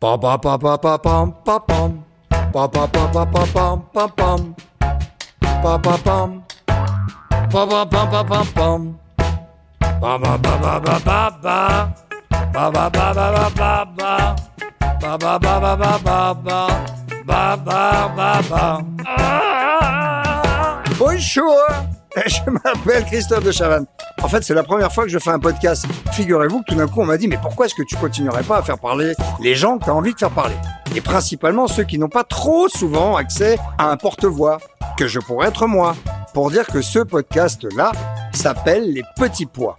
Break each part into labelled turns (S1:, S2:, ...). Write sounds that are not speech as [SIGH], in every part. S1: Ba ba ba ba ba bum ba bum. Ba ba ba ba ba bum ba bum. Ba ba bum. Ba ba ba ba ba bum. Ba ba ba ba ba ba ba. Ba ba ba ba ba ba ba. Ba ba ba ba ba ba ba. Ba ba ba ba. Ah! Bonjour. Eh, Je m'appelle Christophe de Chavannes. En fait, c'est la première fois que je fais un podcast. Figurez-vous que tout d'un coup, on m'a dit, mais pourquoi est-ce que tu continuerais pas à faire parler les gens que tu as envie de faire parler Et principalement ceux qui n'ont pas trop souvent accès à un porte-voix, que je pourrais être moi, pour dire que ce podcast-là s'appelle Les Petits Pois.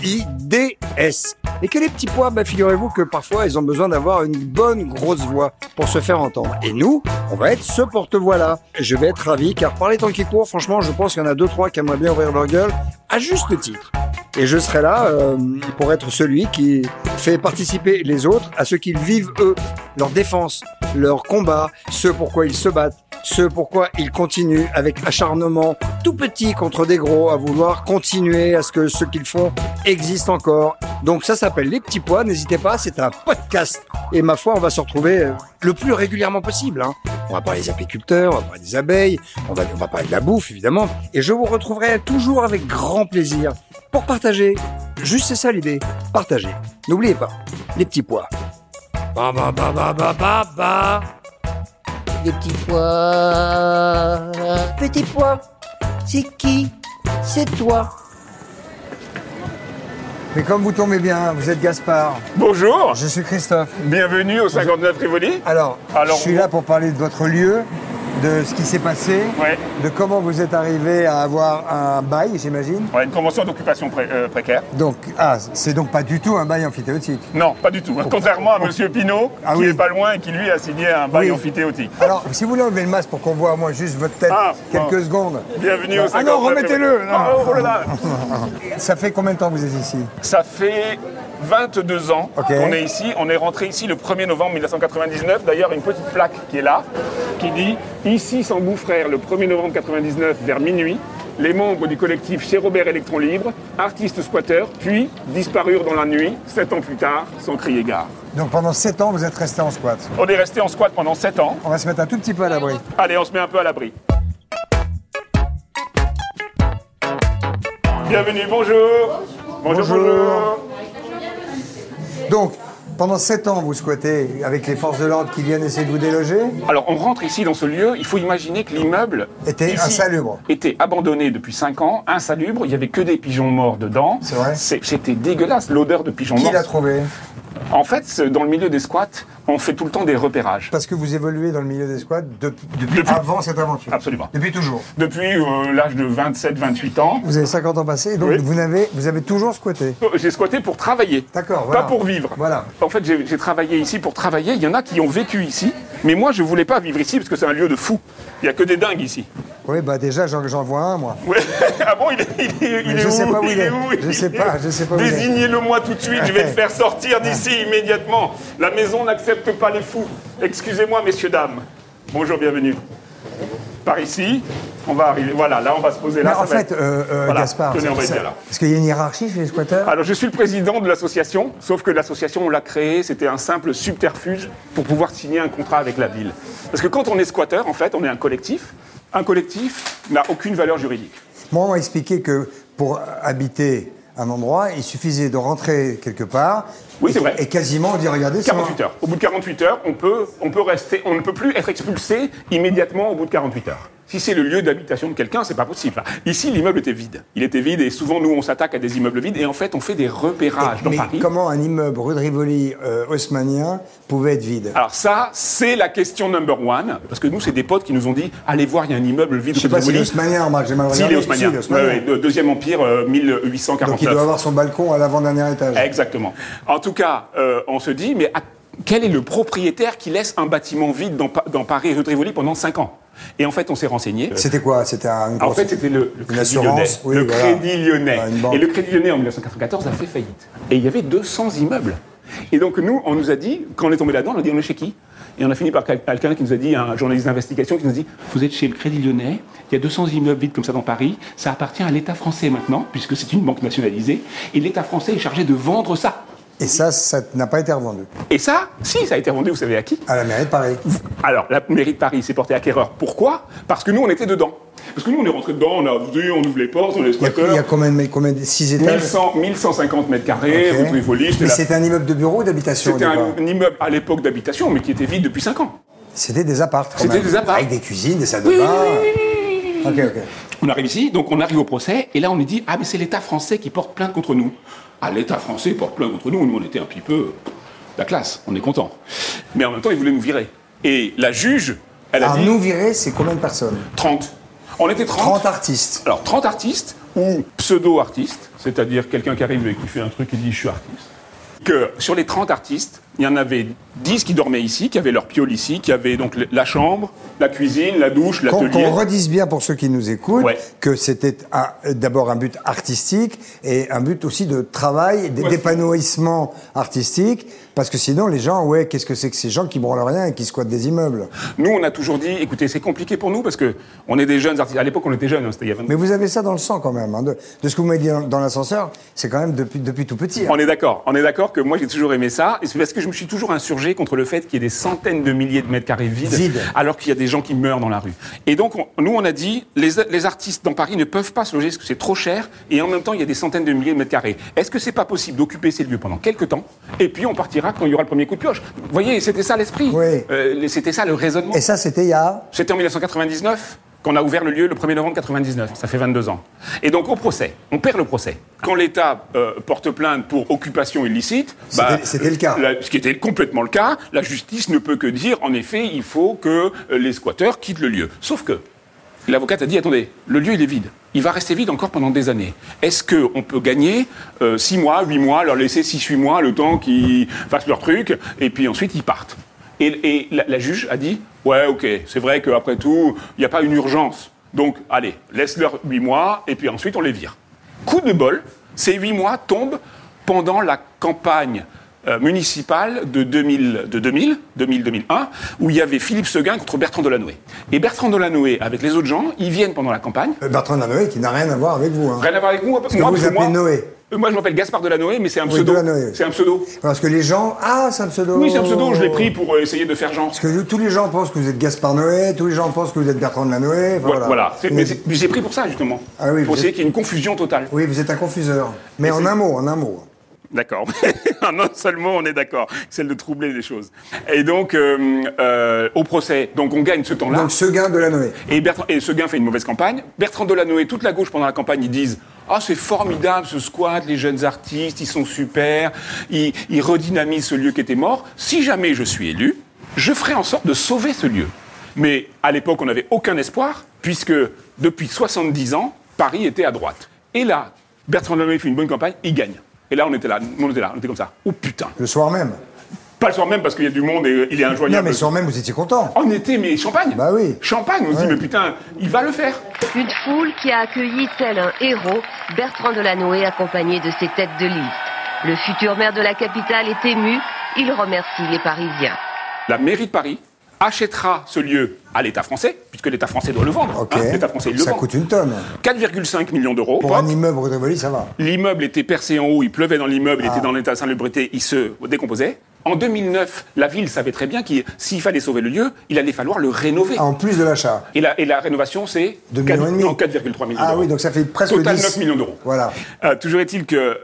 S1: P-O-I-D-S. Et que les petits pois, bah, figurez-vous que parfois, ils ont besoin d'avoir une bonne grosse voix pour se faire entendre. Et nous, on va être ce porte-voix-là. Je vais être ravi, car par les temps qui courent, franchement, je pense qu'il y en a deux, trois qui aimeraient bien ouvrir leur gueule, à juste titre. Et je serai là euh, pour être celui qui fait participer les autres à ce qu'ils vivent eux, leur défense, leur combat, ce pourquoi ils se battent, ce pourquoi ils continuent avec acharnement, tout petit contre des gros, à vouloir continuer à ce que ce qu'ils font existe encore. Donc ça s'appelle Les Petits Pois, n'hésitez pas, c'est un podcast. Et ma foi, on va se retrouver euh, le plus régulièrement possible. hein. On va parler des apiculteurs, on va parler des abeilles, on va, on va parler de la bouffe, évidemment. Et je vous retrouverai toujours avec grand plaisir pour partager. Juste c'est ça l'idée, partager. N'oubliez pas, les petits pois. Ba, ba, ba, ba, ba, ba, ba.
S2: Des petits pois. Petit pois, c'est qui C'est toi.
S1: Mais comme vous tombez bien, vous êtes Gaspard,
S3: Bonjour,
S1: je suis Christophe.
S3: bienvenue au 59 Rivoli.
S1: Alors,
S3: Alors,
S1: je suis là pour parler de votre lieu, de ce qui s'est passé,
S3: Ouais.
S1: de comment vous êtes arrivé à avoir un bail, j'imagine.
S3: Ouais, une convention d'occupation pré- euh, précaire.
S1: Donc, ah, c'est donc pas du tout un bail amphithéotique.
S3: Non, pas du tout. Contrairement à Monsieur Pinault,
S1: Oh. Ah
S3: qui
S1: oui.
S3: est pas loin et qui lui a signé un bail
S1: Oui.
S3: amphithéotique.
S1: Alors, si vous voulez enlever le masque pour qu'on voit au moins juste votre tête
S3: Ah,
S1: quelques
S3: bon.
S1: secondes.
S3: Bienvenue au 59
S1: Ah non,
S3: Rivoli.
S1: remettez-le, non.
S3: Ah, oh là là.
S1: Ça fait combien de temps que vous êtes ici
S3: Ça fait 22 ans
S1: Ok.
S3: qu'on est ici. On est rentré ici le 1er novembre 1999. D'ailleurs, une petite plaque qui est là, qui dit « Ici s'engouffrèrent le 1er novembre 99 vers minuit les membres du collectif Chez Robert Electron Libre, artistes squatteurs, puis disparurent dans la nuit, sept ans plus tard, sans crier gare. »
S1: Donc pendant 7 ans, vous êtes resté en squat.
S3: On est resté en squat pendant 7 ans.
S1: On va se mettre un tout petit peu à l'abri.
S3: Allez, on se met un peu à l'abri. Bienvenue, bonjour. Bonjour,
S1: Bonjour. Donc, pendant 7 ans, vous squattez avec les forces de l'ordre qui viennent essayer de vous déloger.
S3: Alors, on rentre ici dans ce lieu. Il faut imaginer que l'immeuble
S1: Était
S3: ici
S1: insalubre.
S3: Était abandonné depuis 5 ans, insalubre. Il n'y avait que des pigeons morts dedans.
S1: C'est vrai.
S3: C'était dégueulasse l'odeur de pigeons
S1: Qui
S3: morts.
S1: l'a trouvé
S3: En fait, ce- dans le milieu des squats, on fait tout le temps des repérages.
S1: Parce que vous évoluez dans le milieu des squats de- depuis,
S3: Depuis-
S1: avant cette aventure.
S3: Absolument.
S1: Depuis toujours.
S3: Depuis euh, l'âge de 27-28 ans, [LAUGHS]
S1: Vous avez 50 ans passés, donc
S3: Oui.
S1: vous, n'avez- vous avez toujours squatté.
S3: j'ai squatté pour travailler.
S1: D'accord, voilà.
S3: Pas pour vivre.
S1: Voilà.
S3: En fait, j'ai j'ai travaillé ici pour travailler. Il y en a qui ont vécu ici, mais moi, je voulais pas vivre ici parce que c'est un lieu de fou. Il y a que des dingues ici.
S1: Oui, bah déjà, j'en j'en vois un, moi.
S3: Ouais. [LAUGHS] Ah bon, il est, il est- il
S1: Mais
S3: est
S1: je
S3: où
S1: sais pas où il est.
S3: où
S1: Je sais pas, je sais pas où il est.
S3: Désignez-le-moi tout de suite.
S1: [LAUGHS]
S3: Je vais le faire sortir d'ici immédiatement. La maison n'accepte pas les fous. Excusez-moi, messieurs dames. Bonjour, bienvenue. Par ici, on va arriver. Voilà, là, on va se poser là.
S1: Mais
S3: ça
S1: en
S3: va
S1: fait,
S3: être-
S1: euh, euh,
S3: Voilà,
S1: Gaspard,
S3: tenez, on va
S1: ça-
S3: être bien là.
S1: parce qu'il y a une hiérarchie chez les squatteurs.
S3: Alors, je suis le président de l'association, sauf que l'association, on l'a créée, c'était un simple subterfuge pour pouvoir signer un contrat avec la ville. Parce que quand on est squatteur, en fait, on est un collectif. Un collectif n'a aucune valeur juridique.
S1: Moi, on m'a expliqué que pour habiter un endroit, il suffisait de rentrer quelque part.
S3: Oui,
S1: et-
S3: c'est vrai.
S1: Et quasiment, on dit, regardez, c'est un-
S3: 48 heures. Au bout de 48 heures, on peut, on peut rester, on ne peut plus être expulsé immédiatement au bout de 48 heures. Si c'est le lieu d'habitation de quelqu'un, c'est pas possible. Ici, l'immeuble était vide. Il était vide et souvent, nous, on s'attaque à des immeubles vides et en fait, on fait des repérages Ah, dans
S4: Mais
S3: Paris.
S4: comment un immeuble rue de Rivoli euh, haussmannien pouvait être vide
S3: Alors ça, c'est la question number one, parce que nous, c'est des potes qui nous ont dit, allez voir, il y a un immeuble vide.
S4: Je sais
S3: rue de
S4: pas si
S3: Rivoli.
S4: haussmannien, remarque, j'ai mal
S3: Si,
S4: regardé.
S3: les Haussmanniens.
S4: Si, les Haussmanniens.
S3: Ouais, ouais, de- deuxième empire, euh, 1849.
S4: Donc il doit avoir son balcon à l'avant-dernier étage.
S3: Exactement. En tout cas, euh, on se dit, mais à- quel est le propriétaire qui laisse un bâtiment vide dans, Pa- dans Paris rue de Rivoli pendant 5 ans Et en fait, on s'est renseigné.
S4: C'était quoi C'était un
S3: En
S4: grosse-
S3: fait, c'était le, le
S4: une
S3: Crédit Lyonnais.
S4: assurance. Oui,
S3: le
S4: voilà.
S3: Crédit Lyonnais.
S4: Ouais, une banque.
S3: Et le Crédit Lyonnais, en 1994, a fait faillite. Et il y avait 200 immeubles. Et donc, nous, on nous a dit, quand on est tombé là-dedans, on a dit, on est chez qui Et on a fini par quel- quelqu'un qui nous a dit, un journaliste d'investigation, qui nous a dit, vous êtes chez le Crédit Lyonnais, il y a 200 immeubles vides comme ça dans Paris, ça appartient à l'État français maintenant, puisque c'est une banque nationalisée, et l'État français est chargé de vendre ça.
S4: Et ça, ça n'a pas été revendu.
S3: Et ça, si, ça a été vendu, vous savez à qui
S4: À la mairie de Paris.
S3: alors, la mairie de Paris s'est portée acquéreur. Pourquoi Parce que nous, on était dedans. Parce que nous, on est rentré dedans, on a vu, on ouvre les portes, on
S4: Il
S3: est
S4: y a,
S3: squatteurs.
S4: il y a combien de combien de- six étages
S3: 1100, 1150 mètres carrés,
S4: Ok.
S3: rue de Rivoli. j'étais
S4: Mais
S3: là.
S4: c'était un immeuble de bureau ou d'habitation au
S3: C'était
S4: départ
S3: un, immeuble à l'époque d'habitation, mais qui était vide depuis 5 ans.
S4: C'était des appartes. quand
S3: C'était
S4: même.
S3: des appartes.
S4: Avec des cuisines, des salles de bain. Ok, ok.
S3: On arrive ici, donc on arrive au procès, et là on nous dit Ah, mais c'est l'État français qui porte plainte contre nous. Ah, l'État français porte plainte contre nous, nous on était un petit peu euh, la classe, on est content. Mais en même temps, ils voulaient nous virer. Et la juge, elle a
S4: Alors
S3: dit
S4: Ah, nous virer, c'est combien de personnes
S3: 30. On était
S4: 30 artistes.
S3: Alors, 30 artistes ou pseudo-artistes, c'est-à-dire quelqu'un qui arrive et qui fait un truc et dit je suis artiste. Que sur les 30 artistes, il y en avait 10 qui dormaient ici, qui avaient leur piole ici, qui avaient donc la chambre, la cuisine, la douche,
S4: Qu'on
S3: l'atelier.
S4: qu'on redise bien pour ceux qui nous écoutent
S3: Ouais.
S4: que c'était un- d'abord un but artistique et un but aussi de travail, d-
S3: Ouais.
S4: d'épanouissement artistique, parce que sinon les gens, ouais, qu'est-ce que c'est que ces gens qui branlent rien et qui squattent des immeubles
S3: Nous, on a toujours dit écoutez, c'est compliqué pour nous parce que on est des jeunes artistes. À l'époque, on était jeunes, hein, c'était il y a 20
S4: Mais vous avez ça dans le sang quand même. hein, de, de ce que vous m'avez dit dans, dans l'ascenseur, c'est quand même depuis, depuis tout petit. hein.
S3: On est d'accord. On est d'accord que moi j'ai toujours aimé ça. Et c'est parce que je me suis toujours insurgé contre le fait qu'il y ait des centaines de milliers de mètres carrés vides,
S4: Vides.
S3: alors qu'il y a des gens qui meurent dans la rue. Et donc on- nous on a dit les, les artistes dans Paris ne peuvent pas se loger parce que c'est trop cher. Et en même temps il y a des centaines de milliers de mètres carrés. Est-ce que c'est pas possible d'occuper ces lieux pendant quelques temps Et puis on partira quand il y aura le premier coup de pioche. Vous voyez, c'était ça l'esprit.
S4: Oui.
S3: Euh, c'était ça le raisonnement.
S4: Et ça, c'était il y a.
S3: C'était en 1999 qu'on a ouvert le lieu le 1er novembre 1999. Ça fait 22 ans. Et donc, au procès, on perd le procès. Quand l'État euh, porte plainte pour occupation illicite, bah, euh,
S4: C'était- c'était le cas.
S3: la- ce qui était complètement le cas, la justice ne peut que dire, en effet, il faut que euh, les squatteurs quittent le lieu. Sauf que l'avocate a dit, attendez, le lieu, il est vide. Il va rester vide encore pendant des années. Est-ce qu'on peut gagner 6 mois, 8 mois, leur laisser 6-8 mois, le temps qu'ils fassent leur truc, et puis ensuite ils partent Et, et la, la juge a dit, ouais, ok, c'est vrai qu'après tout, il n'y a pas une urgence. Donc, allez, laisse-leur 8 mois, et puis ensuite on les vire. Coup de bol, ces 8 mois tombent pendant la campagne euh, municipale de 2000, de 2000, 2000-2001, où il y avait Philippe Seguin contre Bertrand Delanoë. Et Bertrand Delanoë, avec les autres gens, ils viennent pendant la campagne.
S4: Euh, Bertrand Lanoé qui n'a rien à voir avec vous. hein.
S3: Rien à voir avec nous, moi,
S4: que vous
S3: parce que moi,
S4: appelez Noé.
S3: Euh, Moi, je m'appelle Gaspard Delanoë, mais c'est un
S4: Oui,
S3: pseudo.
S4: Delanoë, oui.
S3: C'est un pseudo.
S4: Parce que les gens. Ah, c'est un pseudo.
S3: Oui, c'est un pseudo, je l'ai pris pour euh, essayer de faire genre.
S4: Parce que tous les gens pensent que vous êtes Gaspard Noé, tous les gens pensent que vous êtes Bertrand de Lanoé. enfin,
S3: Voilà.
S4: Voilà.
S3: C'est-
S4: Mais-
S3: Mais c'est- mais j'ai pris pour ça, justement.
S4: Ah oui,
S3: pour
S4: vous
S3: essayer
S4: êtes-
S3: qu'il y ait une confusion totale.
S4: Oui, vous êtes un confuseur. Mais en un mot, en un mot.
S3: D'accord. [LAUGHS] en un seul mot, on est d'accord. Celle de troubler les choses. Et donc, euh, euh, au procès, donc on gagne ce temps-là.
S4: Donc ce gain de Lanoé.
S3: Et, Bertrand, et Seguin fait une mauvaise campagne. Bertrand Delanoë, toute la gauche pendant la campagne, ils disent Ah, c'est formidable ce squat, les jeunes artistes, ils sont super, ils, ils redynamisent ce lieu qui était mort. Si jamais je suis élu, je ferai en sorte de sauver ce lieu. Mais à l'époque, on n'avait aucun espoir, puisque depuis 70 ans, Paris était à droite. Et là, Bertrand Delanoë fait une bonne campagne, il gagne. Et là, on était là, nous, on était là, on était comme ça. Oh putain
S4: Le soir même.
S3: Pas le soir même, parce qu'il y a du monde et euh, il est injoignable.
S4: Non, mais le soir même, vous étiez content.
S3: On était, mais champagne
S4: Bah oui.
S3: Champagne, on se dit, mais putain, il va le faire
S5: Une foule qui a accueilli tel un héros Bertrand Delanoë accompagné de ses têtes de liste. Le futur maire de la capitale est ému, il remercie les Parisiens.
S3: la mairie de Paris achètera ce lieu à l'État français, puisque l'État français doit le vendre.
S4: Ok.
S3: hein, L'État français, il le
S4: ça
S3: vend.
S4: coûte une tonne.
S3: 4,5 millions d'euros.
S4: Pour
S3: Hop.
S4: un immeuble rue de Rivoli, ça va.
S3: L'immeuble était percé en haut, il pleuvait dans l'immeuble, il
S4: Ah.
S3: était dans l'état d'insalubrité, il se décomposait. En 2009, la ville savait très bien qu'il s'il fallait sauver le lieu, il allait falloir le rénover.
S4: Ah, en plus de l'achat.
S3: Et, la, et la rénovation, c'est
S4: Deux millions et demi.
S3: non, 4,3 millions
S4: Ah
S3: d'euros.
S4: oui, donc ça fait presque
S3: Total
S4: 10.
S3: 9 millions d'euros.
S4: Voilà.
S3: Euh, toujours est-il que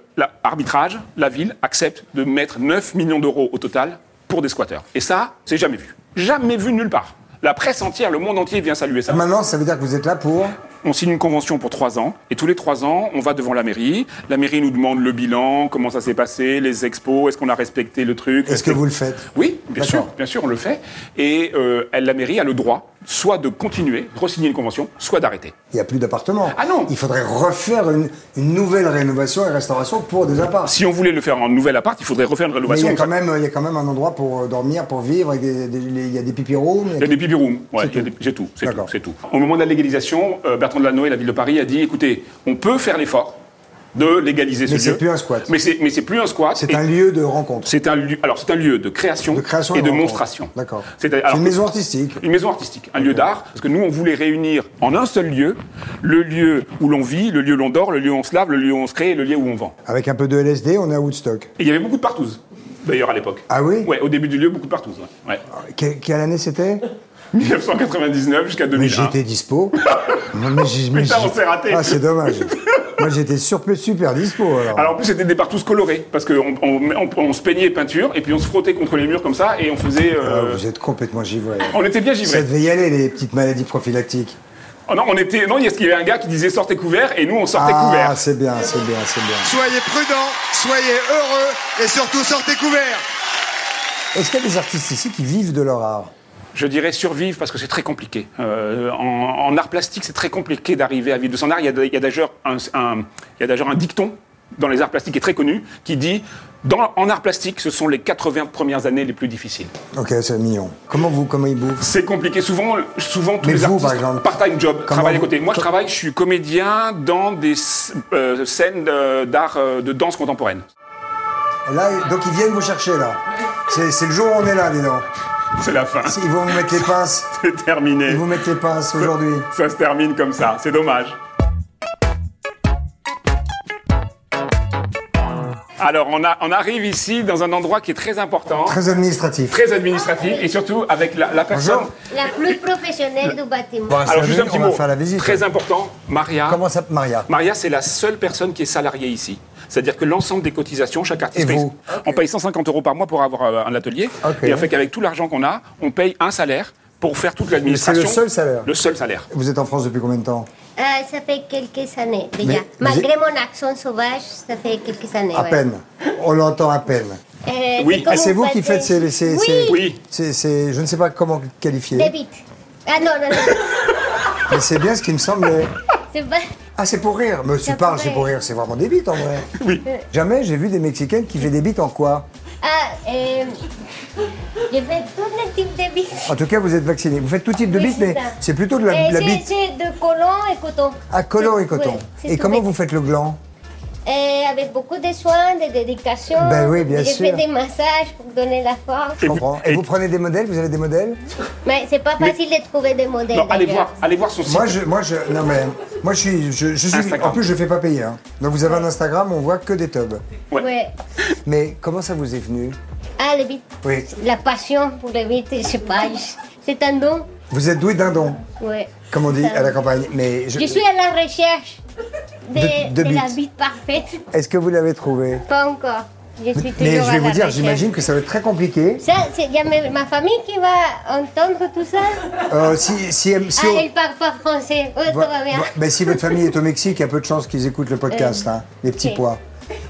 S3: l'arbitrage, la ville accepte de mettre 9 millions d'euros au total pour des squatteurs. Et ça, c'est jamais vu. Jamais vu nulle part. La presse entière, le monde entier vient saluer ça.
S4: Maintenant, ça veut dire que vous êtes là pour.
S3: On signe une convention pour trois ans, et tous les trois ans, on va devant la mairie. La mairie nous demande le bilan, comment ça s'est passé, les expos, est-ce qu'on a respecté le truc.
S4: Est-ce que vous le faites
S3: Oui, bien
S4: D'accord.
S3: sûr, bien sûr, on le fait. Et euh, elle- la mairie a le droit, soit de continuer, re-signer une convention, soit d'arrêter.
S4: Il n'y a plus d'appartements.
S3: Ah non
S4: Il faudrait refaire une, une nouvelle rénovation et restauration pour des apparts.
S3: Si bah, on voulait le faire en nouvel appart, il faudrait refaire une
S4: Mais il y,
S3: rénovation.
S4: a quand même, il y a quand même un endroit pour euh, dormir, pour vivre, et des- des- les- il y a des pipi rooms.
S3: Il y a des pipi rooms. Ouais,
S4: C'est
S3: il y a
S4: tout.
S3: des- J'ai tout. C'est tout.
S4: D'accord.
S3: C'est tout. Au moment de la légalisation, euh, Bertrand Delanoë et la ville de Paris a dit écoutez, on peut faire l'effort de légaliser ce
S4: Mais
S3: lieu.
S4: c'est plus un squat.
S3: Mais c'est mais c'est plus un squat.
S4: C'est
S3: Et
S4: un lieu de rencontre.
S3: C'est un lieu. Alors c'est un lieu de création,
S4: De création
S3: et de
S4: rencontre.
S3: monstration.
S4: D'accord. C'est
S3: C'est alors,
S4: une maison artistique.
S3: une maison artistique, un lieu d'art, parce que nous, on voulait réunir en un seul lieu le lieu où l'on vit, le lieu où l'on dort, le lieu où on se lave, le lieu où on se crée et le lieu où on vend.
S4: Avec un peu de LSD, on est à Woodstock.
S3: Et il y avait beaucoup de partouzes, d'ailleurs, à l'époque.
S4: Ah oui Ah.
S3: Ouais, au début du lieu, beaucoup de partouzes. ouais. Ouais.
S4: Que- quelle année c'était
S3: 1999 jusqu'à
S4: Mais
S3: 2001.
S4: j'étais
S3: [LAUGHS]
S4: dispo. Non, mais j'ai- mais
S3: Putain, on
S4: j'ai-
S3: s'est raté.
S4: Ah, c'est dommage. Moi, j'étais sur, super dispo alors.
S3: Alors en plus c'était des partous colorés parce qu'on on, on- on se peignait peinture et puis on se frottait contre les murs comme ça et on faisait.
S4: Ah,
S3: euh,
S4: vous êtes complètement
S3: [LAUGHS]
S4: givré.
S3: on était bien
S4: Ça
S3: givrés.
S4: devait y aller, les petites maladies prophylactiques.
S3: Oh non, on était. Non, il y a- il y avait un gars qui disait sortez couverts et nous on sortait
S4: Ah,
S3: couverts.
S4: c'est bien, c'est bien, c'est bien.
S6: Soyez prudents, soyez heureux et surtout sortez couverts.
S4: Est-ce qu'il y a des artistes ici qui vivent de leur art
S3: Je dirais survivre parce que c'est très compliqué. Euh, en, en art plastique, c'est très compliqué d'arriver à vivre de son art. Il y a, de- il y a d'ailleurs un, un- il y a d'ailleurs un dicton dans les arts plastiques qui est très connu qui dit dans, en art plastique, ce sont les 80 premières années les plus difficiles.
S4: Ok, c'est mignon. Comment vous, comment ils bouffent
S3: C'est compliqué. Souvent, souvent tous
S4: Mais
S3: les
S4: vous, par
S3: artistes
S4: exemple,
S3: part-time job,
S4: comment
S3: travail à
S4: vous-
S3: côté. Moi, je travaille, je suis comédien dans des s- euh, scènes de- d'art euh, de danse contemporaine.
S4: Et Là, donc ils viennent vous chercher là. C'est c'est le jour où on est là, dis donc.
S3: C'est la fin.
S4: Ils vont vous mettre les pinces.
S3: C'est terminé.
S4: Ils vous mettent les pinces aujourd'hui.
S3: Ça se termine comme ça. C'est dommage. Alors, on, a- on arrive ici dans un endroit qui est très important,
S4: Très administratif.
S3: très administratif, et surtout avec la, la personne.
S4: Bonjour.
S7: La plus professionnelle du bâtiment.
S4: Bon,
S3: Alors,
S4: ça
S3: juste
S4: veut-
S3: un petit
S4: on va
S3: mot.
S4: faire la visite.
S3: Très important, Maria.
S4: Comment ça, Maria
S3: Maria, c'est la seule personne qui est salariée ici. C'est-à-dire que l'ensemble des cotisations, chaque artiste
S4: Et
S3: paye,
S4: vous
S3: on paye 150 euros par mois pour avoir euh, un atelier.
S4: Ok.
S3: Et en fait, avec tout l'argent qu'on a, on paye un salaire pour faire toute l'administration.
S4: C'est le seul salaire
S3: Le seul salaire.
S4: Vous êtes en France depuis combien de temps
S7: Euh, ça fait quelques années déjà.
S4: Mais-
S7: Malgré mon accent sauvage, ça fait quelques années.
S4: À
S7: Eh ouais.
S4: peine. On l'entend à peine.
S7: Euh,
S3: Oui.
S7: comme
S4: Ah, c'est
S7: on
S4: vous qui
S7: passait-
S4: faites ces, ces-
S7: Oui,
S4: ces-
S3: Oui.
S4: ces- ces- je ne sais pas comment qualifier.
S7: des bites. Ah non, non, non.
S4: Mais c'est bien ce qui me semblait.
S7: c'est pas...
S4: Ah, c'est pour rire. Mais tu
S7: C'est
S4: parles,
S7: pour
S4: c'est pour
S7: rire.
S4: rire. C'est vraiment des bites en [LAUGHS] vrai.
S3: Oui.
S4: Jamais j'ai vu des Mexicaines qui fait des bites en quoi
S7: Ah, euh, je fais tous les types de bites.
S4: En tout cas, vous êtes vacciné. Vous faites tout type Ah, de
S7: Oui,
S4: bites,
S7: c'est
S4: mais
S7: ça.
S4: c'est plutôt de la,
S7: Euh,
S4: la
S7: c'est-
S4: bite
S7: C'est de collant et coton.
S4: à collant et
S7: C'est-
S4: coton.
S7: ouais, c'est
S4: Et
S7: tout
S4: comment
S7: bête.
S4: vous faites le gland
S7: Euh, Avec beaucoup de soins, de dédication.
S4: Ben oui, bien
S7: je
S4: sûr.
S7: fais des massages pour donner la force.
S4: Je comprends. Et vous prenez des modèles Vous avez des modèles
S7: Mais c'est pas facile de trouver des modèles.
S3: Non, allez
S7: d'ailleurs.
S3: voir, allez voir son site.
S4: Moi, je, moi, je, non mais, moi, je suis, je, je suis.
S3: Instagram.
S4: En plus, je fais pas payer. hein. Donc, vous avez un Instagram, on voit que des tubs.
S3: Ouais.
S7: Ouais.
S4: Mais comment ça vous est venu
S7: Ah, les bites.
S4: Oui.
S7: La passion pour les bites, je sais pas. je- C'est un don.
S4: Vous êtes doué d'un don,
S7: Ouais.
S4: comme on dit à la campagne. Mais je-
S7: Je suis à la recherche de,
S4: De- de
S7: de la
S4: bites.
S7: bite parfaite.
S4: est-ce que vous l'avez trouvé
S7: Pas encore. Je suis toujours
S4: Mais je
S7: à
S4: vais
S7: la
S4: vous dire,
S7: recherche.
S4: j'imagine que ça va être très compliqué.
S7: Ça, il y a ma ma famille qui va entendre tout ça.
S4: Euh, si, si, si,
S7: Ah, elle parle pas français. Ouais,
S4: Vo-
S7: ça va Oh, bien. Euh,
S4: vo- ben, si votre famille est au Mexique, il y a peu de chances qu'ils écoutent le podcast, hein, les petits
S7: ok.
S4: pois.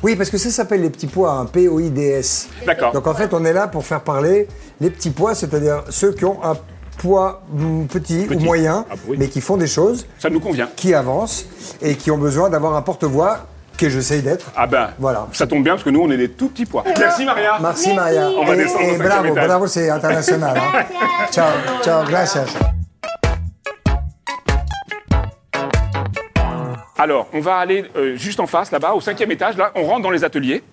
S4: Oui, parce que ça s'appelle les petits pois, un P-O-I-D-S.
S3: D'accord.
S4: Donc en fait, on est là pour faire parler les petits pois, c'est-à-dire ceux qui ont un poids mm, petit, ou
S3: Petit.
S4: moyen,
S3: Ah, oui.
S4: mais qui font des choses,
S3: Ça nous convient.
S4: qui avancent et qui ont besoin d'avoir un porte-voix que j'essaye d'être.
S3: Ah ben,
S4: Voilà.
S3: ça tombe bien parce que nous, on est des tout petits pois.
S4: Ah.
S3: Merci Maria.
S4: Merci Maria.
S3: On va
S4: Et-
S3: descendre au
S4: et,
S3: cinquième
S4: bravo,
S3: étage.
S4: bravo, c'est international. hein. ciao, ciao, gracias.
S3: Alors, on va aller euh, juste en face, là-bas, au cinquième étage. Là, on rentre dans les ateliers.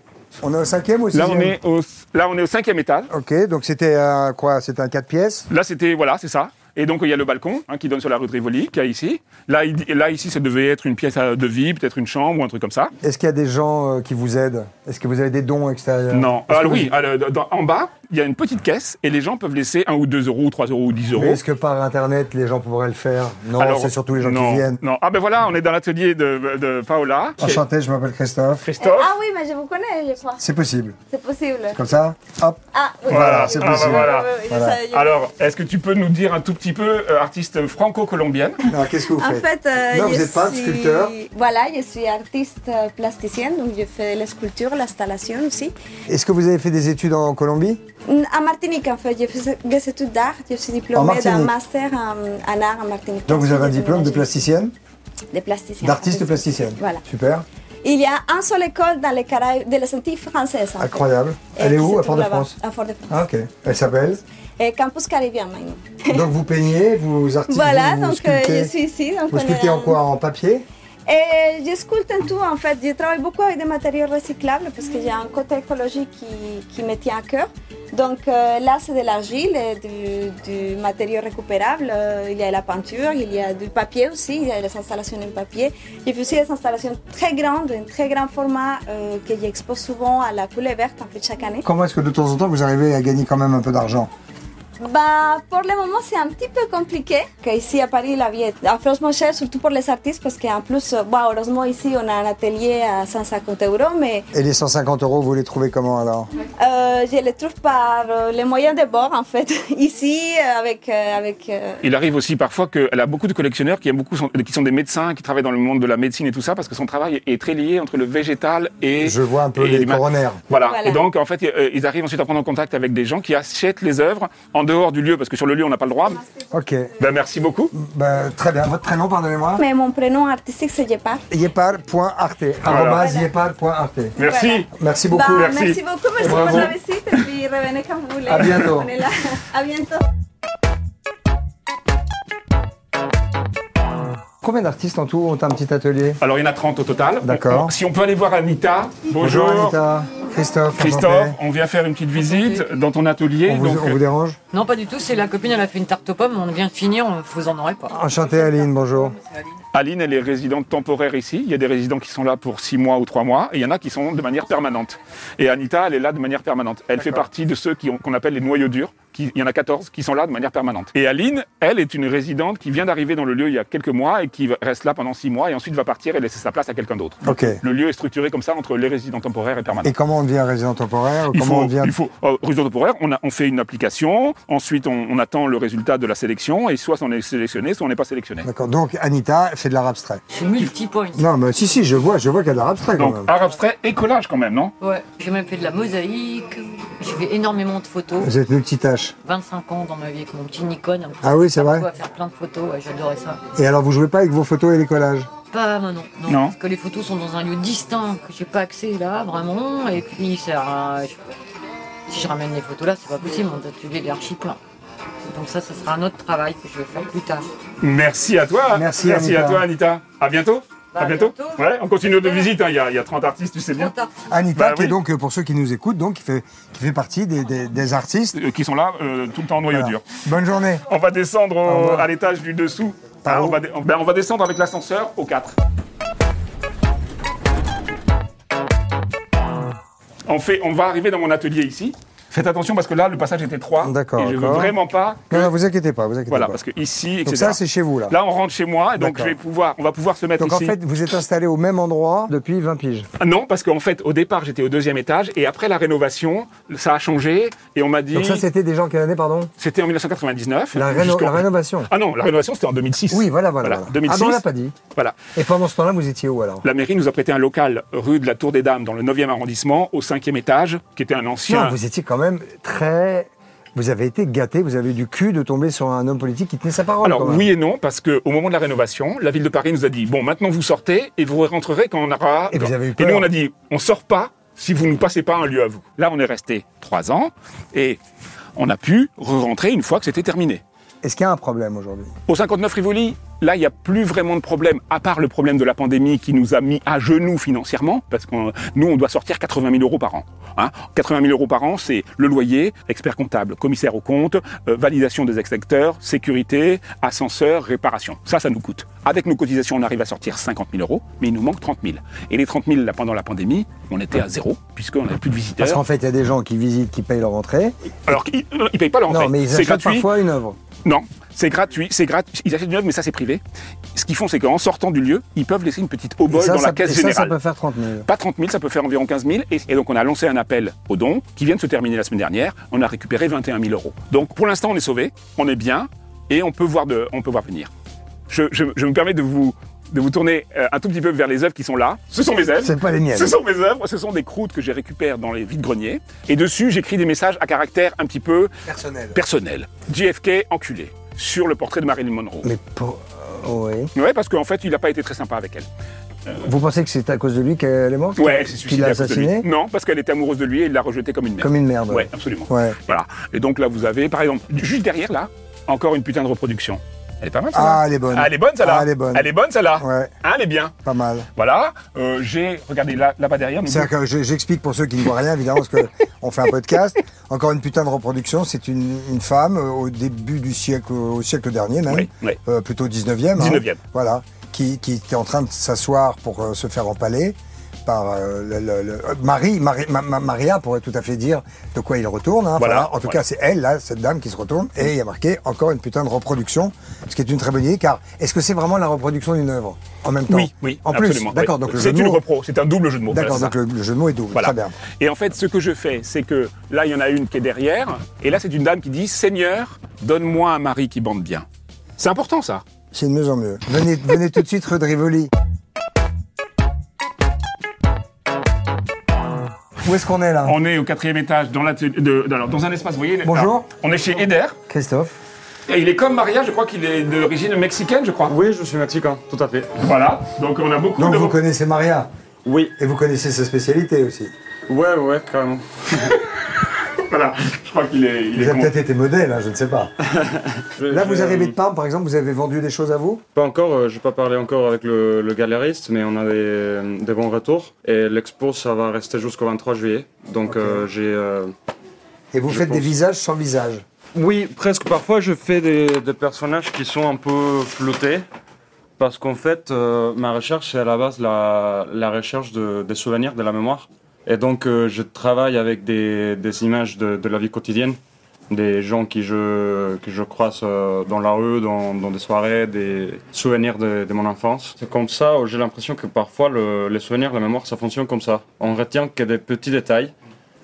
S4: On est au cinquième ou au sixième
S3: au, là, on est au cinquième étage.
S4: Ok, donc c'était un quoi C'était un 4 pièces
S3: Là, c'était, voilà, c'est ça. Et donc, il y a le balcon hein, qui donne sur la rue de Rivoli, qu'il y a ici. Là, il- là, ici, ça devait être une pièce à- de vie, peut-être une chambre ou un truc comme ça.
S4: Est-ce qu'il y a des gens euh, qui vous aident Est-ce que vous avez des dons extérieurs
S3: Non.
S4: Est-ce que
S3: Alors
S4: vous-
S3: oui, alors, dans- en bas, il il y a une petite caisse et les gens peuvent laisser 1 ou 2 euros ou 3 euros ou 10 euros.
S4: Mais Est-ce que par Internet, les gens pourraient le faire Non,
S3: Alors,
S4: c'est surtout les gens
S3: non,
S4: qui viennent. Ah,
S3: Non. Ah ben voilà, on est dans l'atelier de, de Paola. qui est-
S4: Enchanté, je m'appelle Christophe.
S3: Christophe.
S7: Ah oui, mais je vous connais, je crois.
S4: C'est possible.
S7: C'est possible.
S4: Comme ça Hop
S7: Ah bah, oui.
S3: Voilà,
S4: c'est
S7: oui,
S4: possible.
S7: oui, oui,
S3: Voilà.
S7: oui, oui,
S4: Voilà.
S7: ça y est.
S3: Alors, est-ce que tu peux nous dire un tout petit peu, euh, artiste franco-colombienne
S4: Non, qu'est-ce que vous
S7: En
S4: faites
S7: fait, euh,
S4: Non, vous
S7: je
S4: êtes peintre,
S7: suis-
S4: sculpteur.
S7: Voilà, je suis artiste euh, plasticienne, donc je fais la sculpture, l'installation aussi.
S4: Est-ce que vous avez fait des études en Colombie
S7: Mm, À Martinique, en fait, j'ai fait des études d'art, je suis
S4: En
S7: diplômée
S4: Martinique.
S7: d'un master en, en art en Martinique.
S4: Donc vous avez un
S7: Ensuite, j'ai
S4: diplôme de
S7: déménagé.
S4: plasticienne
S7: De plasticienne.
S4: D'artiste
S7: oui.
S4: plasticienne
S7: Voilà.
S4: Super,
S7: Il y a un seul école dans les Caraïbes, de les Antilles françaises. en fait.
S4: incroyable.
S7: Et
S4: Elle est
S7: qui se
S4: où À
S7: trouve là-bas,
S4: Fort-de-France
S7: À Fort-de-France.
S4: Ah, ok. Elle s'appelle
S7: Et Campus Caribien maintenant.
S4: Donc vous peignez, vous artistes,
S7: Voilà,
S4: vous
S7: donc euh,
S4: sculptez.
S7: je suis ici. Donc
S4: Vous
S7: on est
S4: sculptez en
S7: un-
S4: quoi En papier
S7: Et je sculpte un tout en fait. Je travaille beaucoup avec des matériaux recyclables parce que j'ai un côté écologique qui, qui me tient à cœur. Donc euh, là, c'est de l'argile, et du, du matériau récupérable. Euh, il y a la peinture, il y a du papier aussi, il y a les installations en papier. J'ai fait aussi des installations très grandes, d'un très grand format euh, que j'expose souvent à la coulée verte en fait chaque année.
S4: Comment est-ce que de temps en temps vous arrivez à gagner quand même un peu d'argent
S7: Bah, pour le moment, c'est un petit peu compliqué. Que ici à Paris, la vie est affreusement chère, surtout pour les artistes, parce qu'en plus, euh, bah, heureusement, ici, on a un atelier à 150 euros, mais
S4: Et les 150 euros, vous les trouvez comment alors
S7: euh, je les trouve par euh, les moyens de bord, en fait, [LAUGHS] ici, euh, avec. euh, avec euh,
S3: Il arrive aussi parfois qu'elle a beaucoup de collectionneurs qui, aiment beaucoup son- qui sont des médecins, qui travaillent dans le monde de la médecine et tout ça, parce que son travail est très lié entre le végétal et...
S4: Je vois un peu
S3: et
S4: les
S3: l'humain.
S4: coronaires.
S3: Voilà.
S7: Voilà.
S3: Et donc, en fait, euh, ils arrivent ensuite à prendre en contact avec des gens qui achètent les œuvres en dehors du lieu, parce que sur le lieu, on n'a pas le droit.
S4: Ok.
S3: Ben, merci beaucoup.
S4: Bah, très bien. Votre prénom, pardonnez-moi
S7: Mais mon prénom artistique, c'est Yepar.
S4: Yepal.arte. Arrobase Yepal.arte.
S3: Merci.
S7: Voilà.
S4: Merci
S7: Bah,
S4: beaucoup.
S7: merci.
S3: Merci.
S7: beaucoup, merci
S4: Bravo.
S7: pour la visite, et puis revenez quand vous voulez.
S4: À bientôt.
S7: On est là. À bientôt.
S4: Combien d'artistes en tout ont un petit atelier
S3: Alors, il y en a 30 au total.
S4: D'accord.
S3: Si on peut aller voir Anita. Bonjour.
S4: Anita, Christophe,
S3: Christophe,
S4: enchanté.
S3: on vient faire une petite visite dans ton atelier.
S4: On vous,
S3: donc, euh,
S4: on vous dérange
S8: Non, pas du tout, c'est la copine, elle a fait une tarte aux pommes, on vient de finir, on- vous en aurez pas.
S4: Enchanté Aline, bonjour.
S3: Aline, elle est résidente temporaire ici. Il y a des résidents qui sont là pour six mois ou trois mois, et il y en a qui sont de manière permanente. Et Anita, elle est là de manière permanente. Elle fait partie de ceux qui ont- qu'on appelle les noyaux durs. Qui, il y en a 14 qui sont là de manière permanente. Et Aline, elle est une résidente qui vient d'arriver dans le lieu il y a quelques mois et qui va- reste là pendant six mois et ensuite va partir et laisser sa place à quelqu'un d'autre.
S4: Ok.
S3: Le lieu est structuré comme ça entre les résidents temporaires et permanents.
S4: Et comment on devient résident temporaire
S3: Il
S4: Comment
S3: faut,
S4: on devient
S3: il faut euh, résident temporaire, on, a- on fait une application, ensuite on, on attend le résultat de la sélection, et soit on est sélectionné, soit on n'est pas sélectionné.
S4: D'accord. Donc Anita fait de l'art abstrait.
S8: Je suis multipoint.
S4: Non, mais si, si, je vois, je vois qu'il y a de l'art abstrait quand
S3: Donc
S4: même.
S3: art abstrait et collage quand même, non
S8: Ouais, j'ai même fait de la mosaïque, j'ai fait énormément de photos.
S4: Vous êtes multitâche.
S8: 25 ans dans ma vie avec mon petit Nikon.
S4: Ah oui, c'est
S8: Parfois,
S4: vrai
S8: à faire plein de photos, ouais, j'adorais ça.
S4: Et alors, vous jouez pas avec vos photos et les collages
S8: Pas moi non, non,
S3: Non.
S8: Parce que les photos sont dans un lieu distinct que j'ai pas accès là, vraiment. Et puis, ça, je- si je ramène les photos là, c'est pas possible, mon atelier il est archi plein. Donc ça, ça sera un autre travail que je vais faire plus tard.
S3: Merci à toi.
S4: Merci,
S3: à
S4: Anita.
S3: toi, Anita. À bientôt.
S8: Bah,
S3: à
S8: à
S3: bientôt.
S8: bientôt.
S3: Ouais, on continue de visite. hein. Il y, a- il y a 30 artistes, tu sais
S8: Trop
S3: bien.
S8: tard.
S4: Anita,
S3: Bah
S4: qui est
S3: oui.
S4: donc, euh, pour ceux qui nous écoutent, donc, qui fait, qui fait partie des, des- des artistes.
S3: Euh, Qui sont là euh, tout le temps en noyau
S4: Voilà.
S3: dur.
S4: Bonne journée.
S3: On va descendre au-
S4: Au revoir.
S3: à l'étage du dessous. Hein, on, va dé- on- ben, on va descendre avec l'ascenseur au 4. On, fait, on va arriver dans mon atelier ici. Faites attention parce que là, le passage est étroit.
S4: D'accord,
S3: Et je veux
S4: d'accord.
S3: vraiment pas.
S4: Non, non, vous inquiétez pas, vous inquiétez
S3: Voilà,
S4: pas.
S3: parce que ici, etc.
S4: Donc ça, c'est chez vous, là.
S3: Là, on rentre chez moi et donc je
S4: D'accord.
S3: vais pouvoir, on va pouvoir se mettre
S4: Donc en
S3: ici.
S4: fait, vous êtes installé au même endroit depuis 20 piges.
S3: Ah Non, parce qu'en fait, au départ, j'étais au deuxième étage et après la rénovation, ça a changé et on m'a dit.
S4: Donc ça, c'était déjà en quelle année, pardon
S3: C'était en 1999.
S4: la, réno-
S3: jusqu'en-
S4: la rénovation.
S3: Ah non, la rénovation, c'était en 2006.
S4: Oui, voilà, voilà.
S3: Voilà,
S4: voilà.
S3: 2006.
S4: Ah non, on l'a pas dit.
S3: Voilà.
S4: Et pendant ce temps-là, vous étiez où alors
S3: La mairie nous a prêté un local rue de la Tour des Dames dans le 9e arrondissement, au 5e étage, qui était un ancien.
S4: Non, vous étiez quand même très. Vous avez été gâté, vous avez eu du cul de tomber sur un homme politique qui tenait sa parole.
S3: Alors
S4: quand même.
S3: oui et non, parce qu'au moment de la rénovation, la ville de Paris nous a dit, bon, maintenant vous sortez et vous rentrerez quand on aura...
S4: Et vous avez eu
S3: Et
S4: peur.
S3: nous on a dit, on sort pas si vous ne passez pas un lieu à vous. Là, on est resté trois ans et on a pu re-rentrer une fois que c'était terminé.
S4: Est-ce qu'il y a un problème aujourd'hui
S3: Au 59 Rivoli, Là, il n'y a plus vraiment de problème, à part le problème de la pandémie qui nous a mis à genoux financièrement, parce que nous, on doit sortir 80 000 euros par an. hein. 80 000 euros par an, c'est le loyer, expert comptable, commissaire au compte, euh, validation des extracteurs, sécurité, ascenseur, réparation. Ça, ça nous coûte. Avec nos cotisations, on arrive à sortir 50 000 euros, mais il nous manque 30 000. Et les 30 000, là, pendant la pandémie, on était à zéro, puisqu'on n'avait plus de visiteurs.
S4: Parce qu'en fait, il y a des gens qui visitent, qui payent leur entrée.
S3: Alors, qu'ils ne payent pas leur entrée.
S4: Non, mais ils
S3: C'est
S4: achètent
S3: gratuit.
S4: parfois une œuvre.
S3: Non, c'est gratuit, c'est gratuit. Ils achètent une œuvre, mais ça c'est privé. Ce qu'ils font, c'est qu'en sortant du lieu, ils peuvent laisser une petite
S4: Et
S3: obole
S4: ça,
S3: dans la
S4: ça-
S3: caisse
S4: et ça,
S3: générale.
S4: ça peut faire 30 000.
S3: Pas 30 000, ça peut faire environ 15 000. Et, et donc on a lancé un appel aux dons qui vient de se terminer la semaine dernière. On a récupéré 21 000 euros. Donc pour l'instant, on est sauvé, on est bien et on peut voir, de, on peut voir venir. Je, je- je me permets de vous, de vous tourner euh, un tout petit peu vers les œuvres qui sont là. Ce sont mes œuvres.
S4: C'est pas les miennes.
S3: Ce sont mes œuvres. Ce sont des croûtes que j'ai récupérées dans les vides greniers. Et dessus, j'écris des messages à caractère un petit peu
S4: Personnel.
S3: personnel. JFK enculé sur le portrait de Marilyn Monroe.
S4: Mais pour... oui.
S3: Ouais, parce qu'en fait, il n'a pas été très sympa avec elle.
S4: Vous pensez que c'est à cause de lui qu'elle est morte
S3: Ouais, elle s'est
S4: Qu'il
S3: suicidée
S4: l'a
S3: à cause de lui.
S4: assassinée
S3: Non, parce qu'elle était amoureuse de lui et il l'a rejetée comme une merde.
S4: Comme une merde.
S3: Ouais, absolument.
S4: Ouais.
S3: Voilà. Et donc là, vous avez, par exemple, juste derrière là, encore une putain de reproduction. Elle est pas mal, celle-là.
S4: Ah, elle est bonne.
S3: Ah, elle est bonne, celle-là.
S4: Ah, elle est bonne.
S3: Elle est bonne, celle-là.
S4: Ouais.
S3: Hein, elle est bien.
S4: Pas mal.
S3: Voilà. Euh, j'ai, regardez là, là-bas derrière. nous-
S4: C'est-à-dire que je- j'explique pour ceux qui ne voient rien, évidemment, parce qu'on fait un podcast. Encore une putain de reproduction, c'est une, une femme euh, au début du siècle, au siècle dernier même,
S3: Oui, oui.
S4: Euh, plutôt 19e.
S3: 19e.
S4: voilà, qui, qui était en train de s'asseoir pour euh, se faire empaler par euh, le, le- le- euh, Marie, Marie- Ma- Ma- Maria pourrait tout à fait dire de quoi il retourne. hein.
S3: Voilà,
S4: en tout
S3: voilà.
S4: cas, c'est elle, là, cette dame qui se retourne, et il y a marqué encore une putain de reproduction, ce qui est une très bonne idée, car est-ce que c'est vraiment la reproduction d'une œuvre en même temps
S3: Oui, oui.
S4: En plus,
S3: absolument.
S4: d'accord,
S3: Ouais.
S4: donc le
S3: c'est
S4: jeu de
S3: une
S4: mots-
S3: repro, c'est un double jeu de mots.
S4: D'accord,
S3: Voilà,
S4: donc le, le jeu de mots est double.
S3: Voilà.
S4: Très bien.
S3: Et en fait, ce que je fais, c'est que là, il y en a une qui est derrière, et là, c'est une dame qui dit Seigneur, donne-moi un mari qui bande bien. C'est important, ça.
S4: C'est de mieux en mieux. Venez, venez tout de suite, rue de Rivoli. Où est-ce qu'on est là
S3: On est au quatrième étage, dans, la, de, alors, dans un espace, vous voyez. là,
S4: Bonjour.
S3: on est chez Eder.
S4: Christophe
S3: Et il est comme Maria, je crois qu'il est d'origine mexicaine, je crois.
S9: Oui, je suis mexicain, tout à fait.
S3: Voilà. Donc, on a beaucoup
S4: Donc
S3: de.
S4: vous connaissez Maria
S9: Oui.
S4: Et vous connaissez sa spécialité aussi.
S9: Ouais, ouais, carrément.
S3: [LAUGHS] Voilà. Je crois qu'il est. Il
S4: Vous
S3: est
S4: avez
S3: comment-
S4: peut-être été modèle, hein, je ne sais pas.
S9: [LAUGHS] Je-
S4: Là,
S9: je-
S4: vous arrivez de Parme, par exemple, vous avez vendu des choses à vous
S9: Pas encore, euh, j'ai pas parlé encore avec le, le galériste, mais on a des, des bons retours. Et l'expo, ça va rester jusqu'au 23 juillet. Donc euh, j'ai. euh,
S4: Et vous
S9: Je
S4: faites des
S9: pense.
S4: visages sans visage.
S9: Oui, presque. Parfois, je fais des, des personnages qui sont un peu flottés. Parce qu'en fait, euh, ma recherche, c'est à la base la, la recherche de- des souvenirs, de la mémoire. Et donc, euh, je travaille avec des, des images de, de la vie quotidienne, des gens qui je, que je croise euh, dans la rue, dans, dans des soirées, des souvenirs de, de mon enfance. C'est comme ça, euh, j'ai l'impression que parfois, le- les souvenirs, la mémoire, ça fonctionne comme ça. On retient que des petits détails.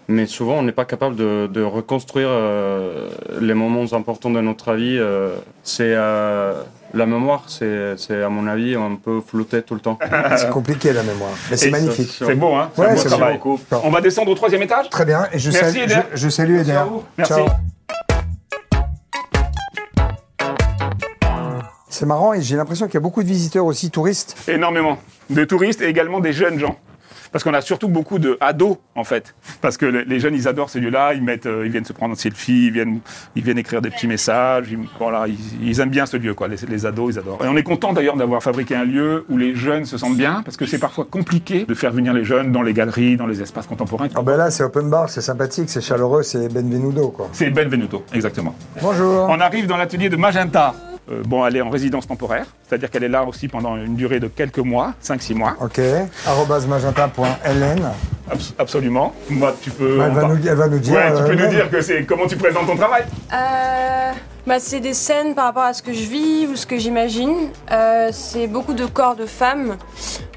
S9: Mais souvent, on n'est pas capable de, de reconstruire euh, les moments importants de notre vie. euh, c'est euh, la mémoire, c'est, c'est, à mon avis un peu flotté tout le temps.
S4: Ah, C'est compliqué la mémoire, mais c'est
S3: Et
S4: magnifique.
S9: ça,
S3: C'est beau, hein
S4: Ouais,
S3: un beau
S4: c'est
S3: travail.
S4: beau.
S3: On va descendre au troisième étage
S4: Très bien, et je,
S3: Merci,
S4: salue,
S3: Eder.
S4: je, je salue Eder.
S3: à vous. Merci.
S4: Ciao. C'est marrant et j'ai l'impression qu'il y a beaucoup de visiteurs aussi touristes.
S3: Énormément. De touristes et également des jeunes gens. Parce qu'on a surtout beaucoup de ados, en fait. Parce que le- les jeunes, ils adorent ces lieux-là, ils, mettent, euh, ils viennent se prendre un selfie, ils viennent, ils viennent écrire des petits messages. Ils, voilà, ils, ils aiment bien ce lieu, quoi. Les, les ados, ils adorent. Et on est content d'ailleurs d'avoir fabriqué un lieu où les jeunes se sentent bien, parce que c'est parfois compliqué de faire venir les jeunes dans les galeries, dans les espaces contemporains.
S4: Ah ben là, c'est open bar, c'est sympathique, c'est chaleureux, c'est Benvenuto, quoi.
S3: C'est Benvenuto, exactement.
S4: Bonjour.
S3: On arrive dans l'atelier de Magenta. Euh, bon, elle est en résidence temporaire, c'est-à-dire qu'elle est là aussi pendant une durée de quelques mois, 5-6 mois.
S4: Ok, arrobase magenta.ln.
S3: Abs- absolument. Moi, tu peux.
S4: Bah, elle, va
S3: on va-
S4: nous, elle va nous dire.
S3: bah. Ouais, tu
S4: euh,
S3: peux nous
S4: même.
S3: dire que c'est comment tu présentes ton travail.
S10: Euh, bah, c'est des scènes par rapport à ce que je vis ou ce que j'imagine. Euh, c'est beaucoup de corps de femmes.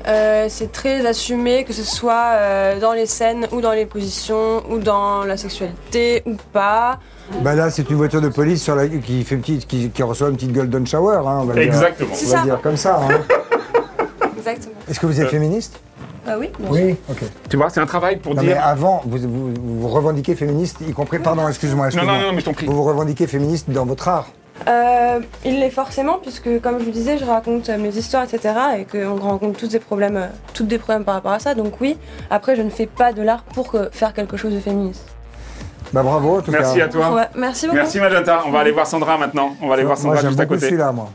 S10: Euh, c'est très assumé, que ce soit euh, dans les scènes ou dans les positions ou dans la sexualité ou pas.
S4: Bah là, c'est une voiture de police sur la, qui, fait une petite, qui, qui reçoit une petite golden shower, hein, on va dire-
S3: Exactement.
S4: on
S10: C'est
S4: va
S10: ça.
S4: dire comme ça.
S11: [LAUGHS]
S4: hein.
S10: Exactement.
S4: Est-ce que vous
S3: Euh,
S4: êtes féministe
S10: Bah oui. bien sûr.
S4: Oui, ok.
S3: Tu vois, c'est un travail pour
S4: Non mais ah,
S3: dire.
S4: avant, vous vous, vous revendiquez féministe, y compris, pardon, excuse-moi,
S3: non,
S4: excuse-moi.
S3: non, non, mais je t'en prie.
S4: Vous vous revendiquez féministe dans votre art.
S10: Euh, il l'est forcément puisque, comme je vous disais, je raconte euh, mes histoires, etc. et qu'on rencontre tous des problèmes, euh, toutes des problèmes par rapport à ça. Donc oui. Après, je ne fais pas de l'art pour euh, faire quelque chose de féministe.
S4: Bah bravo en tout
S3: Merci
S4: cas.
S3: à toi.
S10: Ouais, merci beaucoup.
S3: Merci Magenta. On va aller voir Sandra maintenant. On va aller voir
S4: Moi
S3: Sandra
S4: j'aime
S3: juste à
S4: beaucoup
S3: côté.
S4: celui-là, moi.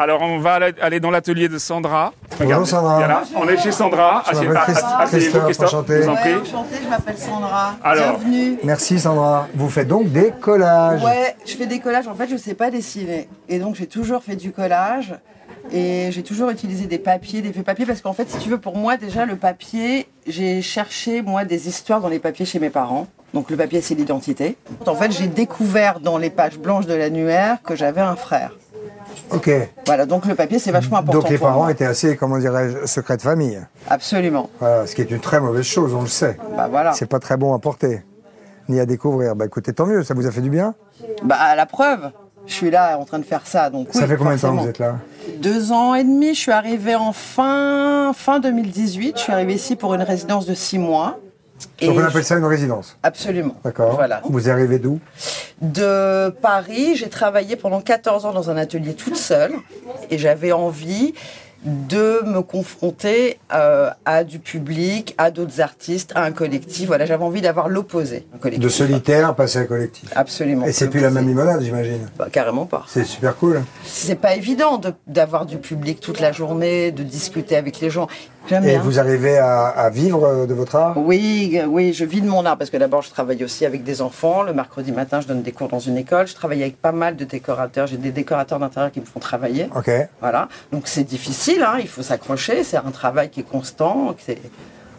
S3: Alors, on va aller- aller dans l'atelier de Sandra.
S4: Bonjour, Sandra.
S3: voilà, on est chez Sandra.
S4: Je m'appelle
S3: Assieds-
S4: Christ-
S3: assieds- asseyez-vous,
S4: Christophe, enchanté.
S3: je vous en prie.
S11: Ouais, enchantée, je m'appelle Sandra.
S3: Alors.
S4: Merci Sandra. Vous faites donc des collages.
S11: Ouais, Eh, je fais des collages. En fait, je sais pas dessiner. Et donc, j'ai toujours fait du collage. Et j'ai toujours utilisé des papiers, des vieux papiers, parce qu'en fait, si tu veux, pour moi, déjà, le papier, j'ai cherché, moi, des histoires dans les papiers chez mes parents. Donc, le papier, c'est l'identité. En fait, j'ai découvert dans les pages blanches de l'annuaire que j'avais un frère.
S4: Ok.
S11: Voilà, donc le papier, c'est vachement important.
S4: Donc les
S11: pour
S4: parents
S11: moi.
S4: étaient assez, comment dirais-je, secrets de famille.
S11: Absolument.
S4: Voilà, ce qui est une très mauvaise chose, on le sait.
S11: Bah voilà.
S4: C'est pas très bon à porter, ni à découvrir. Bah écoutez, tant mieux, ça vous a fait du bien
S11: Bah, la preuve, je suis là en train de faire ça. Donc,
S4: Ça
S11: oui,
S4: fait combien de temps que
S11: forcément.
S4: vous êtes là
S11: Deux ans et demi, je suis arrivée en fin, fin 2018. Je suis arrivée ici pour une résidence de six mois.
S4: Donc on appelle ça une résidence.
S11: Absolument.
S4: D'accord.
S11: Voilà.
S4: Vous arrivez d'où
S11: De Paris, j'ai travaillé pendant 14 ans dans Euh, un atelier toute seule et j'avais envie de me confronter euh, à du public, à d'autres artistes, à un collectif. Voilà, j'avais envie d'avoir l'opposé. Un collectif. Ah,
S4: De solitaire, passer à collectif.
S11: Absolument.
S4: Et c'est plus la même limonade, j'imagine.
S11: Bah, carrément pas.
S4: C'est super cool.
S11: C'est pas évident de- d'avoir du public toute la journée, de discuter avec les gens. Jamais.
S4: Et
S11: hein.
S4: vous arrivez à, à vivre euh, de votre art
S11: Oui, oui, je vis de mon art parce que d'abord je travaille aussi avec des enfants. Le mercredi matin, je donne des cours dans une école. Je travaille avec pas mal de décorateurs. J'ai des décorateurs d'intérieur qui me font travailler.
S4: Ok.
S11: Voilà. Donc c'est difficile. hein, Il faut s'accrocher. C'est un travail qui est constant. que C'est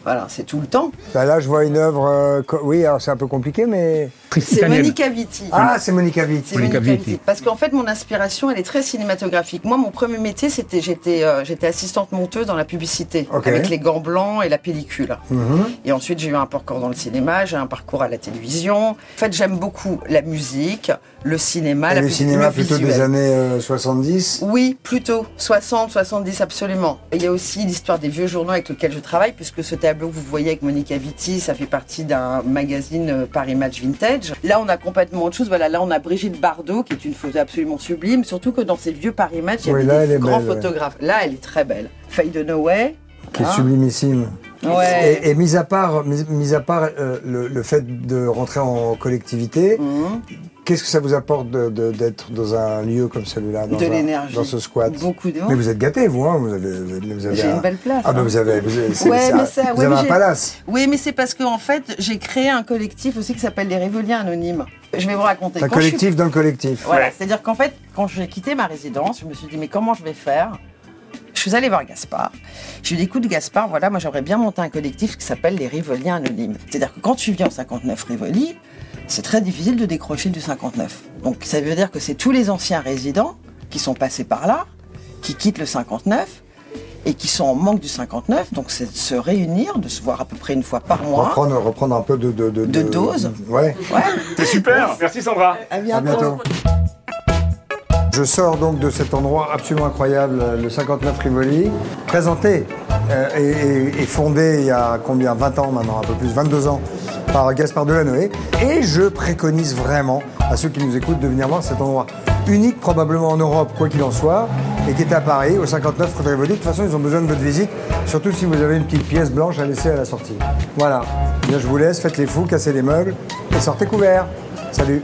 S11: voilà, c'est tout le temps.
S4: Bah là, je vois une œuvre. euh, co- oui, alors c'est un peu compliqué, mais.
S11: C'est Monica Vitti.
S4: Ah, c'est Monica Vitti.
S11: C'est Monica Vitti. Parce qu'en fait, mon inspiration, elle est très cinématographique. Moi, mon premier métier, c'était j'étais euh, j'étais assistante monteuse dans la publicité,
S4: Ok.
S11: avec les gants blancs et la pellicule.
S4: Mhm.
S11: Et ensuite, j'ai eu un parcours dans le cinéma, j'ai un parcours à la télévision. En fait, j'aime beaucoup la musique, le cinéma, la
S4: Et le
S11: pu-
S4: cinéma
S11: le
S4: plutôt des
S11: visuel.
S4: années euh, 70
S11: Oui, plutôt 60, 70, absolument. Et Il y a aussi l'histoire des vieux journaux avec lesquels je travaille, puisque ce tableau que vous voyez avec Monica Vitti, ça fait partie d'un magazine euh, Paris Match Vintage. Là, on a complètement autre chose. Voilà, là, on a Brigitte Bardot, qui est une photo absolument sublime, surtout que dans ces vieux Paris Match, il y
S4: Oui,
S11: avait
S4: là, elle
S11: des
S4: est
S11: grands
S4: belle, ouais.
S11: photographes. Là, elle est très belle. Faye de Noé.
S4: qui est sublimissime.
S11: Ah. Ouais.
S4: Et, et mis à part, mis, mis à part euh, le, le fait de rentrer en collectivité,
S11: Mhm.
S4: qu'est-ce que ça vous apporte de- de- d'être dans un lieu comme celui-là, dans,
S11: De
S4: un-
S11: l'énergie.
S4: dans ce squat
S11: Beaucoup de-
S4: Mais vous êtes gâté, vous, hein, vous avez, vous avez- vous avez
S11: J'ai
S4: un-
S11: une belle place,
S4: Ah ben
S11: hein.
S4: vous avez, vous avez, c'est-
S11: Ouais,
S4: c'est
S11: mais
S4: un-
S11: ça,
S4: vous
S11: ouais,
S4: avez
S11: mais
S4: un
S11: j'ai-
S4: palace.
S11: Oui, mais c'est parce que en fait, j'ai créé un collectif aussi qui s'appelle les Révoliens Anonymes. Je vais vous raconter.
S4: Un
S11: Quand je suis-
S4: collectif dans le collectif.
S11: Voilà, c'est-à-dire qu'en fait, quand j'ai quitté ma résidence, je me suis dit, mais comment je vais faire Je suis allée voir Gaspard. Je lui ai dit, écoute, Gaspard, voilà, moi j'aimerais bien monter un collectif qui s'appelle les Rivoliens Anonymes. C'est-à-dire que quand tu viens au 59 Rivoli, c'est très difficile de décrocher du 59. Donc ça veut dire que c'est tous les anciens résidents qui sont passés par là, qui quittent le 59 et qui sont en manque du 59, donc c'est de se réunir, de se voir à peu près une fois par mois.
S4: Reprendre, reprendre un peu de... De, de,
S11: De dose
S4: Ouais.
S3: C'est super. Merci Sandra.
S4: À bientôt. Je sors donc de cet endroit absolument incroyable, euh, le 59 Rivoli, présenté euh, et, et- et fondé il y a combien 20 ans maintenant, un peu plus, 22 ans, par Gaspard Delanoë. Et je préconise vraiment à ceux qui nous écoutent de venir voir cet endroit unique probablement en Europe, quoi qu'il en soit, et qui est à Paris, au 59 rue de Rivoli. De toute façon, ils ont besoin de votre visite, surtout si vous avez une petite pièce blanche à laisser à la sortie. Voilà. Bien, je vous laisse, faites les fous, cassez les meubles et sortez couverts. Salut.